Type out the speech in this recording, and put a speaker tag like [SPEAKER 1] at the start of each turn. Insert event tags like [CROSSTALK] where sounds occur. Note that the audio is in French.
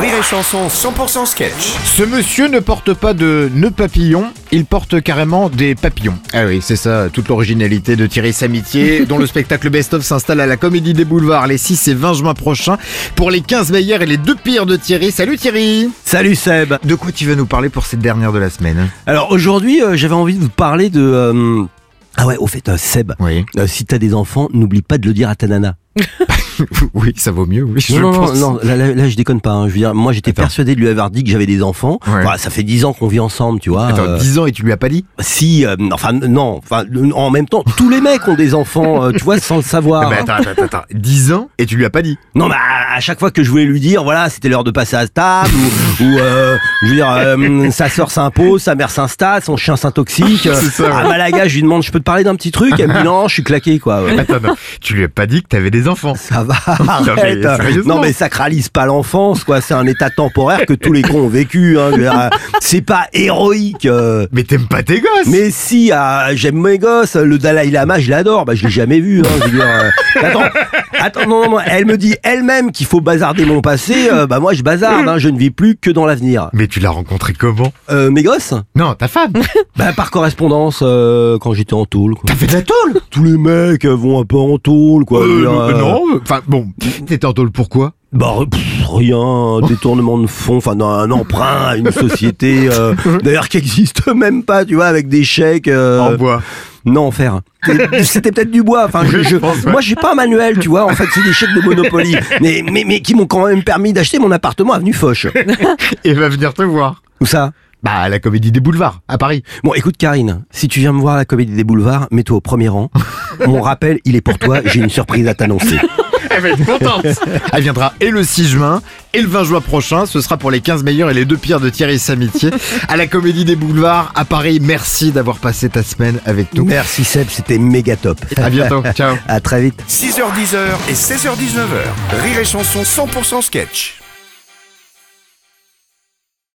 [SPEAKER 1] Rire et Chanson 100% sketch.
[SPEAKER 2] Ce monsieur ne porte pas de nœuds papillons, il porte carrément des papillons. Ah oui, c'est ça, toute l'originalité de Thierry [LAUGHS] Samitier, dont le spectacle Best of s'installe à la Comédie des Boulevards les 6 et 20 juin prochains pour les 15 meilleurs et les deux pires de Thierry. Salut Thierry
[SPEAKER 3] Salut Seb.
[SPEAKER 2] De quoi tu vas nous parler pour cette dernière de la semaine hein
[SPEAKER 3] Alors aujourd'hui, euh, j'avais envie de vous parler de. euh, Ah ouais, au fait, euh, Seb,
[SPEAKER 2] Oui.
[SPEAKER 3] euh, si t'as des enfants, n'oublie pas de le dire à ta nana.
[SPEAKER 2] [LAUGHS] oui, ça vaut mieux, oui, je
[SPEAKER 3] non, non,
[SPEAKER 2] pense.
[SPEAKER 3] non, là, là, là, je déconne pas. hein. Je veux dire, moi, j'étais
[SPEAKER 2] Attends.
[SPEAKER 3] persuadé de lui avoir dit que j'avais des enfants.
[SPEAKER 2] Ouais.
[SPEAKER 3] Voilà, ça fait dix ans qu'on vit ensemble, tu vois.
[SPEAKER 2] Attends,
[SPEAKER 3] euh,
[SPEAKER 2] 10 ans et tu lui as pas dit
[SPEAKER 3] si, euh, enfin, non, enfin, le- en même temps, tous les mecs ont des enfants, euh, tu vois, sans le savoir.
[SPEAKER 2] Mais
[SPEAKER 3] hein.
[SPEAKER 2] attends, attends, attends, 10 ans et tu lui as pas [LAUGHS] dit
[SPEAKER 3] Non, mais à, à chaque fois que je voulais lui dire, voilà, c'était l'heure de passer à table, ou, ou, euh, je veux dire, euh, sa sœur s'impose, sa mère s'installe, son chien s'intoxique. euh,
[SPEAKER 2] [LAUGHS] C'est ça, ouais.
[SPEAKER 3] à Malaga, je lui demande, je peux te parler d'un petit truc Elle me dit, non, je suis claqué, quoi. ouais.
[SPEAKER 2] Attends, non, tu lui as pas dit que t'avais des enfants.
[SPEAKER 3] Ça va,
[SPEAKER 2] [LAUGHS] Non, mais
[SPEAKER 3] arrête.
[SPEAKER 2] sérieusement.
[SPEAKER 3] Non mais sacralise pas l'enfance quoi, c'est un état temporaire que tous les cons ont vécu. Hein, je veux dire, euh, c'est pas héroïque. euh.
[SPEAKER 2] Mais t'aimes pas tes gosses
[SPEAKER 3] Mais si, ah, j'aime mes gosses, le Dalai Lama, je l'adore, bah, je l'ai jamais vu. Hein, je veux dire, euh, attends, attends, non, non, non, elle me dit elle-même qu'il faut bazarder mon passé, euh, bah moi je bazarde, hein, je ne vis plus que dans l'avenir.
[SPEAKER 2] Mais tu l'as rencontré comment
[SPEAKER 3] Euh, mes gosses
[SPEAKER 2] Non, ta femme
[SPEAKER 3] Bah par correspondance, euh, quand j'étais en tôle. Quoi.
[SPEAKER 2] T'as fait de la tôle
[SPEAKER 3] Tous les mecs euh, vont un peu en tôle, quoi. je veux
[SPEAKER 2] Euh,
[SPEAKER 3] dire, euh,
[SPEAKER 2] non, euh, enfin bon, t'étais en tôle pourquoi
[SPEAKER 3] Bah pff, rien,
[SPEAKER 2] Oh.
[SPEAKER 3] un détournement de fonds, enfin non, un emprunt à une société euh,
[SPEAKER 2] [LAUGHS]
[SPEAKER 3] d'ailleurs qui existe même pas, tu vois, avec des chèques. euh,
[SPEAKER 2] En bois.
[SPEAKER 3] Non,
[SPEAKER 2] [LAUGHS]
[SPEAKER 3] en fer. C'était peut-être du bois. Enfin, je,
[SPEAKER 2] Oui, je
[SPEAKER 3] je-
[SPEAKER 2] pense, ouais.
[SPEAKER 3] moi, j'ai pas un manuel, tu vois. En fait, c'est des chèques de
[SPEAKER 2] [LAUGHS]
[SPEAKER 3] Monopoly, mais, mais, mais qui m'ont quand même permis d'acheter mon appartement
[SPEAKER 2] [LAUGHS]
[SPEAKER 3] avenue Foch.
[SPEAKER 2] Et va venir te voir.
[SPEAKER 3] Où ça
[SPEAKER 2] Bah, à la comédie des boulevards, à Paris.
[SPEAKER 3] Bon, écoute, Karine, si tu viens me voir à la Comédie des Boulevards, mets-toi au
[SPEAKER 2] [LAUGHS]
[SPEAKER 3] premier rang. Mon rappel, il est pour toi. J'ai une surprise à t'annoncer.
[SPEAKER 2] Elle va être contente. [LAUGHS] Elle viendra et le 6 juin et le 20 juin prochain. Ce sera pour les 15 meilleurs et les deux pires de Thierry Samitier à la comédie des boulevards à Paris. Merci d'avoir passé ta semaine avec nous.
[SPEAKER 3] Merci Seb, c'était méga top.
[SPEAKER 2] À bientôt. Ciao.
[SPEAKER 3] [LAUGHS] À très vite.
[SPEAKER 1] 6h10 et 16h19h. Rire et Chanson 100% sketch.